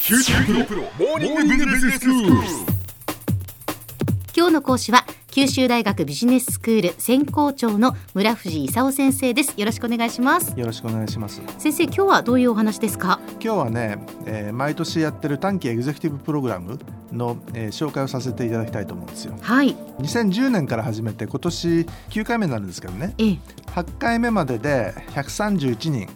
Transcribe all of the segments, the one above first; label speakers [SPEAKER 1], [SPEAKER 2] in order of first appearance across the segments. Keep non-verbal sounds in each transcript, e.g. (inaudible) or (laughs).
[SPEAKER 1] 九州大学ビジネススクール。
[SPEAKER 2] 今日の講師は九州大学ビジネススクール専攻長の村藤勲先生ですよろしくお願いします
[SPEAKER 3] よろしくお願いします。
[SPEAKER 2] 先生今日はどういうお話ですか
[SPEAKER 3] 今日はね、えー毎年やってる短期エグゼクティブプログラムの、えー紹介をさせていただきたいと思うんですよ。
[SPEAKER 2] はい
[SPEAKER 3] 2010年から始めて今年9回目になるんですけどね、
[SPEAKER 2] ええ
[SPEAKER 3] 8回目までで131人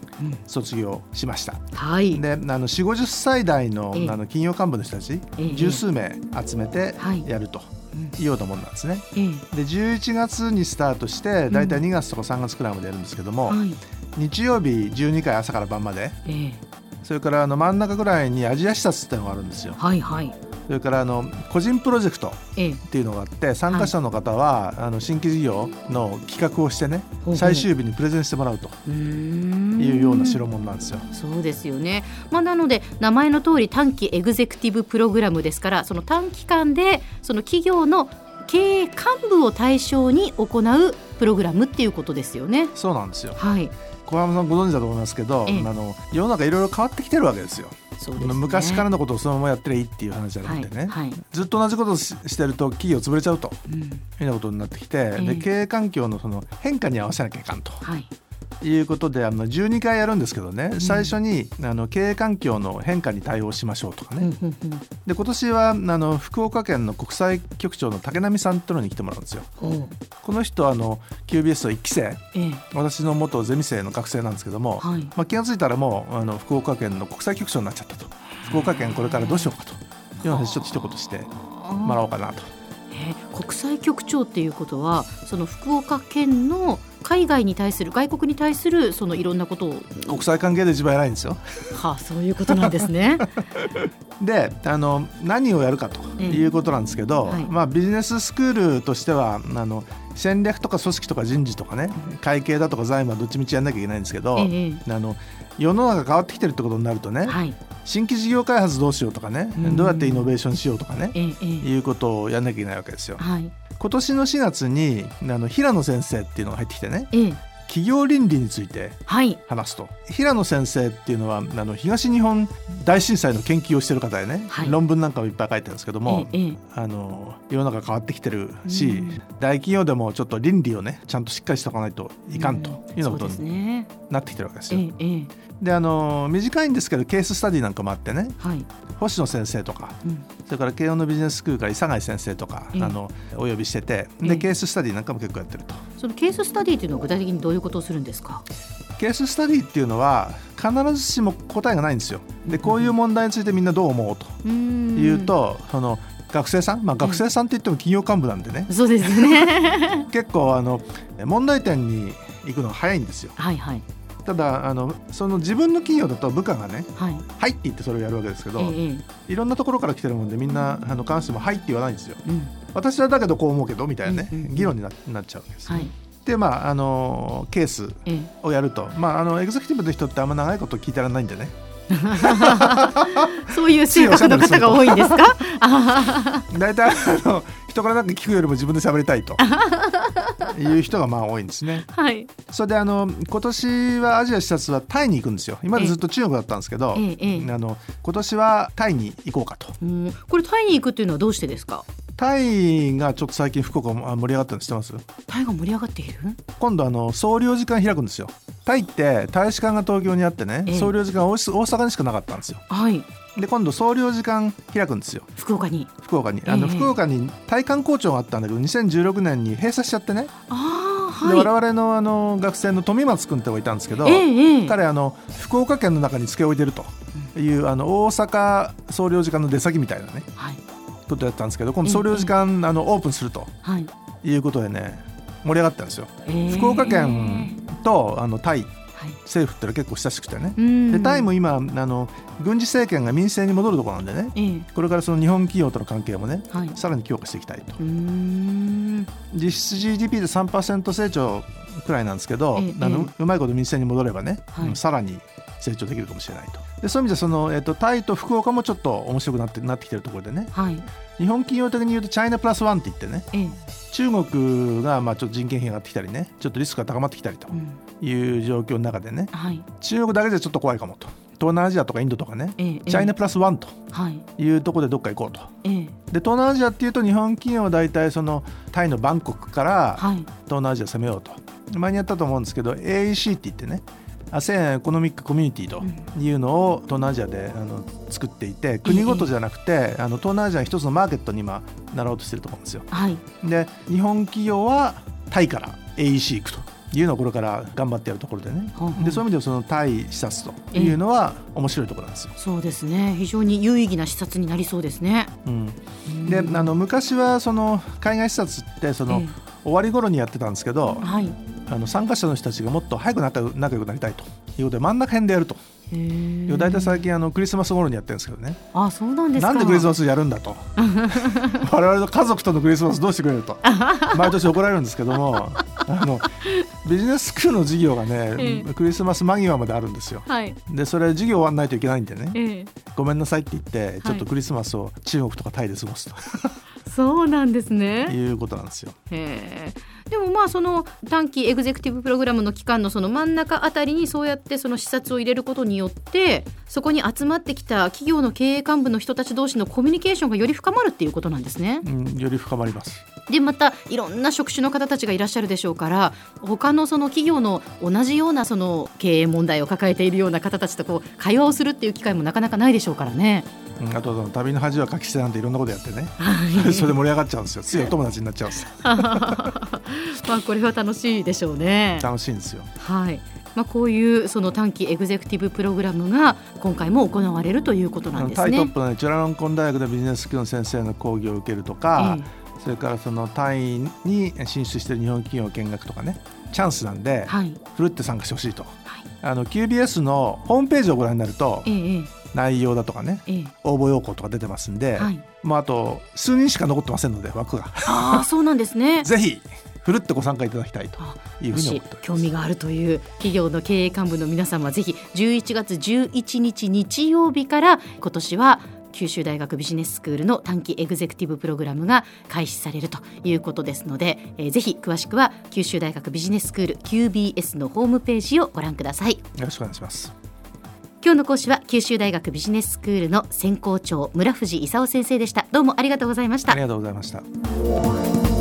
[SPEAKER 3] 卒業しました。
[SPEAKER 2] はい
[SPEAKER 3] で、あの4、50歳代の
[SPEAKER 2] ええ
[SPEAKER 3] あの金融幹部の人たち
[SPEAKER 2] ええ
[SPEAKER 3] 十数名集めて
[SPEAKER 2] はい
[SPEAKER 3] やると
[SPEAKER 2] うん
[SPEAKER 3] いうようなもんなんですね。
[SPEAKER 2] ええ
[SPEAKER 3] で、11月にスタートしてだいたい2月とか3月くらいまでやるんですけども、
[SPEAKER 2] はい
[SPEAKER 3] 日曜日12回朝から晩まで。
[SPEAKER 2] ええ
[SPEAKER 3] それからあの真ん中ぐらいにアジア視察っていうのがあるんですよ。
[SPEAKER 2] はいはい
[SPEAKER 3] それからあの個人プロジェクト
[SPEAKER 2] ええ
[SPEAKER 3] っていうのがあって参加者の方は、あの新規事業の企画をしてね
[SPEAKER 2] ほうほう
[SPEAKER 3] 最終日にプレゼンしてもらうと
[SPEAKER 2] うーん
[SPEAKER 3] いうような代物なんですよ。
[SPEAKER 2] そうですよね、まあ、なので名前の通り短期エグゼクティブプログラムですからその短期間でその企業の経営幹部を対象に行うプログラムっていうことですよね。
[SPEAKER 3] そうなんですよ
[SPEAKER 2] はい、
[SPEAKER 3] 小浜さんご存知だと思いますけど、
[SPEAKER 2] ええ
[SPEAKER 3] あの世の中いろいろ変わってきてるわけですよ
[SPEAKER 2] そうですね
[SPEAKER 3] 昔からのことをそのままやってりゃいいっていう話じゃなくてね、
[SPEAKER 2] はいはい
[SPEAKER 3] ずっと同じことをししてると企業潰れちゃうと
[SPEAKER 2] うん
[SPEAKER 3] いうようなことになってきて、
[SPEAKER 2] ええ
[SPEAKER 3] で経営環境のその変化に合わせなきゃいかんと
[SPEAKER 2] はい
[SPEAKER 3] いうことであの12回やるんですけどね、
[SPEAKER 2] ん
[SPEAKER 3] 最初にあの経営環境の変化に対応しましょうとかね、
[SPEAKER 2] うんうんうん
[SPEAKER 3] で今年はあの福岡県の国際局長の竹波さんというのに来てもらうんですよ。
[SPEAKER 2] ほう
[SPEAKER 3] この人はあの QBS の1期生
[SPEAKER 2] ええ
[SPEAKER 3] 私の元ゼミ生の学生なんですけども、
[SPEAKER 2] はい
[SPEAKER 3] まあ、気が付いたらもうあの福岡県の国際局長になっちゃったと福岡県これからどうしようかという話ちょっと一言してもらおうかなと。
[SPEAKER 2] えー国際局長っていうことはその福岡県の海外に対する外国に対するそのいろんなことを
[SPEAKER 3] 国際関係で一番偉いんですよ
[SPEAKER 2] はあ、そういうことなんですね。
[SPEAKER 3] であの何をやるかと
[SPEAKER 2] ええ
[SPEAKER 3] いうことなんですけど、
[SPEAKER 2] はい
[SPEAKER 3] まあ、ビジネススクールとしてはあの戦略とか組織とか人事とかね会計だとか財務はどっちみちやんなきゃいけないんですけど、
[SPEAKER 2] (laughs) ええ
[SPEAKER 3] あの世の中変わってきてるってことになるとね、
[SPEAKER 2] はい、
[SPEAKER 3] 新規事業開発どうしようとかね、
[SPEAKER 2] うん
[SPEAKER 3] どうやってイノベーションしようとかね、
[SPEAKER 2] ええええ
[SPEAKER 3] いうことをやんなきゃいけないわけですよ。
[SPEAKER 2] はい、
[SPEAKER 3] 今年の4月にあの平野先生っていうのが入ってきてね
[SPEAKER 2] ええ
[SPEAKER 3] 企業倫理について
[SPEAKER 2] はい、
[SPEAKER 3] 話すと平野先生っていうのはあの東日本大震災の研究をしてる方でね、
[SPEAKER 2] はい
[SPEAKER 3] 論文なんかもいっぱい書いてるんですけども、
[SPEAKER 2] ええええ
[SPEAKER 3] あの世の中変わってきてるし、
[SPEAKER 2] うん
[SPEAKER 3] 大企業でもちょっと倫理をねちゃんとしっかりしておかないといかんというようなこと
[SPEAKER 2] そうです
[SPEAKER 3] に
[SPEAKER 2] ね。
[SPEAKER 3] なってきてるわけです
[SPEAKER 2] え
[SPEAKER 3] よ。
[SPEAKER 2] えええ
[SPEAKER 3] であの短いんですけどケーススタディなんかもあってね
[SPEAKER 2] はい、
[SPEAKER 3] 星野先生とか
[SPEAKER 2] うん、
[SPEAKER 3] それから慶応のビジネススクールから諫貝先生とか、
[SPEAKER 2] ええ
[SPEAKER 3] あのお呼びしてて
[SPEAKER 2] え
[SPEAKER 3] で、
[SPEAKER 2] え
[SPEAKER 3] ケーススタディなんかも結構やってると。
[SPEAKER 2] そのケーススタディというのは具体的にどういうことをするんですか。
[SPEAKER 3] ケーススタディっていうのは必ずしも答えがないんですよ。でこういう問題についてみんなどう思うと
[SPEAKER 2] うーん
[SPEAKER 3] いう、と、その学生さん、まあ、
[SPEAKER 2] ええ
[SPEAKER 3] 学生さんって言っても企業幹部なんでね、
[SPEAKER 2] そうです
[SPEAKER 3] (laughs)
[SPEAKER 2] ね。
[SPEAKER 3] 結構あの問題点に行くのが早いんですよ
[SPEAKER 2] はいはい
[SPEAKER 3] ただあのその自分の企業だと部下がね
[SPEAKER 2] はい、
[SPEAKER 3] 「はい」って言ってそれをやるわけですけど、
[SPEAKER 2] ええええ
[SPEAKER 3] いろんなところから来てるもんでみんなあの関しても「はい」って言わないんですよ
[SPEAKER 2] うん、
[SPEAKER 3] 私はだけどこう思うけどみたいなね、
[SPEAKER 2] うんうんうん
[SPEAKER 3] 議論にななっちゃうわけです、
[SPEAKER 2] はい、
[SPEAKER 3] でまああのケース
[SPEAKER 2] ええ
[SPEAKER 3] をやると、まあ、あのエグゼクティブの人ってあんま長いこと聞いてらんないんでね
[SPEAKER 2] そういう性格の方が多いんですか。あ
[SPEAKER 3] 大体あの人からなんか聞くよりも自分で喋りた
[SPEAKER 2] (laughs)
[SPEAKER 3] いという人がまあ多いんですね
[SPEAKER 2] ーはい、
[SPEAKER 3] それであの今年はアジア視察はタイに行くんですよ今までずっと中国だったんですけど、
[SPEAKER 2] ええええ
[SPEAKER 3] あの今年はタイに行こうかと
[SPEAKER 2] うん、これタイに行くっていうのはどうしてですか。
[SPEAKER 3] タイがちょっと最近福岡もあ盛り上がったの知ってます
[SPEAKER 2] タイが盛り上がっている。
[SPEAKER 3] 今度あの総領事館開くんですよタイって大使館が東京にあってね、
[SPEAKER 2] ええ
[SPEAKER 3] 総領事館は大阪にしかなかったんですよ
[SPEAKER 2] はい、
[SPEAKER 3] で今度総領事館開くんですよ
[SPEAKER 2] 福岡に。
[SPEAKER 3] 福岡にあの、
[SPEAKER 2] ええ
[SPEAKER 3] 福岡にタイ観光庁があったんだけど2016年に閉鎖しちゃってね、
[SPEAKER 2] ああ、
[SPEAKER 3] で
[SPEAKER 2] は
[SPEAKER 3] 我々のあの学生の富松君って子がいたんですけど、
[SPEAKER 2] い。ええええ。
[SPEAKER 3] 彼あの福岡県の中につけ置いてるという、あの大阪総領事館の出先みたいなね
[SPEAKER 2] はい。
[SPEAKER 3] ことやったんですけど今度総領事館、あのオープンすると
[SPEAKER 2] はい。
[SPEAKER 3] いうことでね盛り上がったんですよ。
[SPEAKER 2] ええ
[SPEAKER 3] 福岡県とあのタイ
[SPEAKER 2] はい。
[SPEAKER 3] 政府ってのは結構親しくてね、
[SPEAKER 2] うん
[SPEAKER 3] でタイも今あの軍事政権が民政に戻るところなんでね
[SPEAKER 2] ええ
[SPEAKER 3] これからその日本企業との関係もね
[SPEAKER 2] はい。う
[SPEAKER 3] さらに強化していきたいと
[SPEAKER 2] ーん。
[SPEAKER 3] 実質 GDP で3%成長くらいなんですけど、
[SPEAKER 2] ええ
[SPEAKER 3] あ
[SPEAKER 2] え
[SPEAKER 3] のうまいこと民生に戻ればね、
[SPEAKER 2] はい
[SPEAKER 3] うんさらに成長できるかもしれないとでそういう意味ではその、えっとタイと福岡もちょっと面白くなってなってきてるところでね
[SPEAKER 2] はい。
[SPEAKER 3] 日本企業的に言うとチャイナプラスワンって言ってね
[SPEAKER 2] ええ
[SPEAKER 3] 中国がまあちょっと人件費が上がってきたりねちょっとリスクが高まってきたりと
[SPEAKER 2] うん。
[SPEAKER 3] いう状況の中でね
[SPEAKER 2] はい。
[SPEAKER 3] 中国だけじゃちょっと怖いかもと東南アジアとかインドとかね
[SPEAKER 2] ええええ
[SPEAKER 3] チャイナプラスワンと
[SPEAKER 2] はい
[SPEAKER 3] いうところでどっか行こうと
[SPEAKER 2] ええ
[SPEAKER 3] で東南アジアっていうと日本企業は大体そのタイのバンコクから
[SPEAKER 2] はい
[SPEAKER 3] 東南アジア攻めようと前にやったと思うんですけど AEC って言ってね ASEAN エコノミックコミュニティというのを東南アジアであの作っていて国ごとじゃなくてあの東南アジアの一つのマーケットに今なろうとしてるところなんですよ
[SPEAKER 2] はい
[SPEAKER 3] で日本企業はタイから AEC 行くというのをこれから頑張ってやるところでね
[SPEAKER 2] ほうほう
[SPEAKER 3] でそういう意味ではそのタイ視察というのは面白いところなんですよ。
[SPEAKER 2] そうですね非常に有意義な視察になりそうですね。
[SPEAKER 3] うん
[SPEAKER 2] うん
[SPEAKER 3] であの昔はその海外視察ってその
[SPEAKER 2] え
[SPEAKER 3] 終わり頃にやってたんですけど
[SPEAKER 2] えはい
[SPEAKER 3] あの参加者の人たちがもっと早く仲良仲良くなりたいということで真ん中辺でやると
[SPEAKER 2] へえ
[SPEAKER 3] 大体最近あのクリスマス頃にやってるんですけどね
[SPEAKER 2] あそうなんですか
[SPEAKER 3] なんでクリスマスやるん
[SPEAKER 2] (laughs)
[SPEAKER 3] だと我々の家族とのクリスマスどうしてくれ
[SPEAKER 2] (laughs)
[SPEAKER 3] ると毎年怒られるんですけどもあのビジネススクールの授業がね
[SPEAKER 2] え
[SPEAKER 3] クリスマス間際まであるんですよ。
[SPEAKER 2] はい
[SPEAKER 3] でそれ授業終わんないといけないんでね
[SPEAKER 2] ええ
[SPEAKER 3] ごめんなさいって言ってちょっとクリスマスを中国とかタイで過ごす
[SPEAKER 2] そうなんです
[SPEAKER 3] と
[SPEAKER 2] ね。
[SPEAKER 3] いうことなんですよ。
[SPEAKER 2] へえでもまあその短期エグゼクティブプログラムの期間のその真ん中あたりにそうやってその視察を入れることによってそこに集まってきた企業の経営幹部の人たち同士のコミュニケーションがより深まるっていうことなんですね。
[SPEAKER 3] うん、より深まります。
[SPEAKER 2] でまたいろんな職種の方たちがいらっしゃるでしょうから他のその企業の同じようなその経営問題を抱えているような方たちとこう会話をするっていう機会もなかなかないでしょうから
[SPEAKER 3] (laughs)
[SPEAKER 2] ね。
[SPEAKER 3] うんあとその旅の恥は書き捨てなんていろんなことやってね
[SPEAKER 2] はい
[SPEAKER 3] それで盛り上がっちゃうんですよついお友達になっちゃうんですよ
[SPEAKER 2] まあこれは楽しいでしょうね。
[SPEAKER 3] 楽しいんですよ
[SPEAKER 2] はいまあ、こういうその短期エグゼクティブプログラムが今回も行われるということなんで
[SPEAKER 3] タ
[SPEAKER 2] す
[SPEAKER 3] イト
[SPEAKER 2] ね
[SPEAKER 3] ッ。プの、ね、チュラロンコン大学でビジネススクールの先生の講義を受けるとか、
[SPEAKER 2] え
[SPEAKER 3] それからそのタイに進出している日本企業見学とかねチャンスなん
[SPEAKER 2] え
[SPEAKER 3] で
[SPEAKER 2] はい
[SPEAKER 3] ふるって参加してほしいと
[SPEAKER 2] はい
[SPEAKER 3] あの QBS のホームページをご覧になると
[SPEAKER 2] ええ
[SPEAKER 3] 内容だとかね
[SPEAKER 2] えええ
[SPEAKER 3] 応募要項とか出てますんで、
[SPEAKER 2] えはい、
[SPEAKER 3] まあ、あと数人しか残ってませんので
[SPEAKER 2] (laughs)
[SPEAKER 3] 枠が
[SPEAKER 2] ああそうなんですね。
[SPEAKER 3] ぜひふるってご参加いただきたいと
[SPEAKER 2] あ
[SPEAKER 3] いう
[SPEAKER 2] も
[SPEAKER 3] ふうに思
[SPEAKER 2] し
[SPEAKER 3] っております
[SPEAKER 2] 興味があるという企業の経営幹部の皆様ぜひ11月11日日曜日から今年は九州大学ビジネススクールの短期エグゼクティブプログラムが開始されるということですので、えーぜひ詳しくは九州大学ビジネススクール QBS のホームページをご覧ください。
[SPEAKER 3] よろしくお願いします
[SPEAKER 2] 今日の講師は九州大学ビジネススクールの専攻長村藤勲先生でしたどうもありがとうございました
[SPEAKER 3] ありがとうございました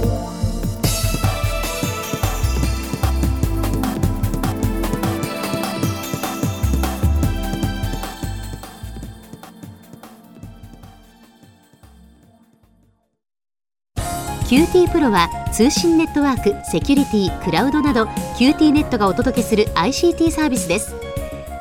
[SPEAKER 4] キューティープロは通信ネットワーク、セキュリティ、クラウドなど QT ネットがお届けする ICT サービスです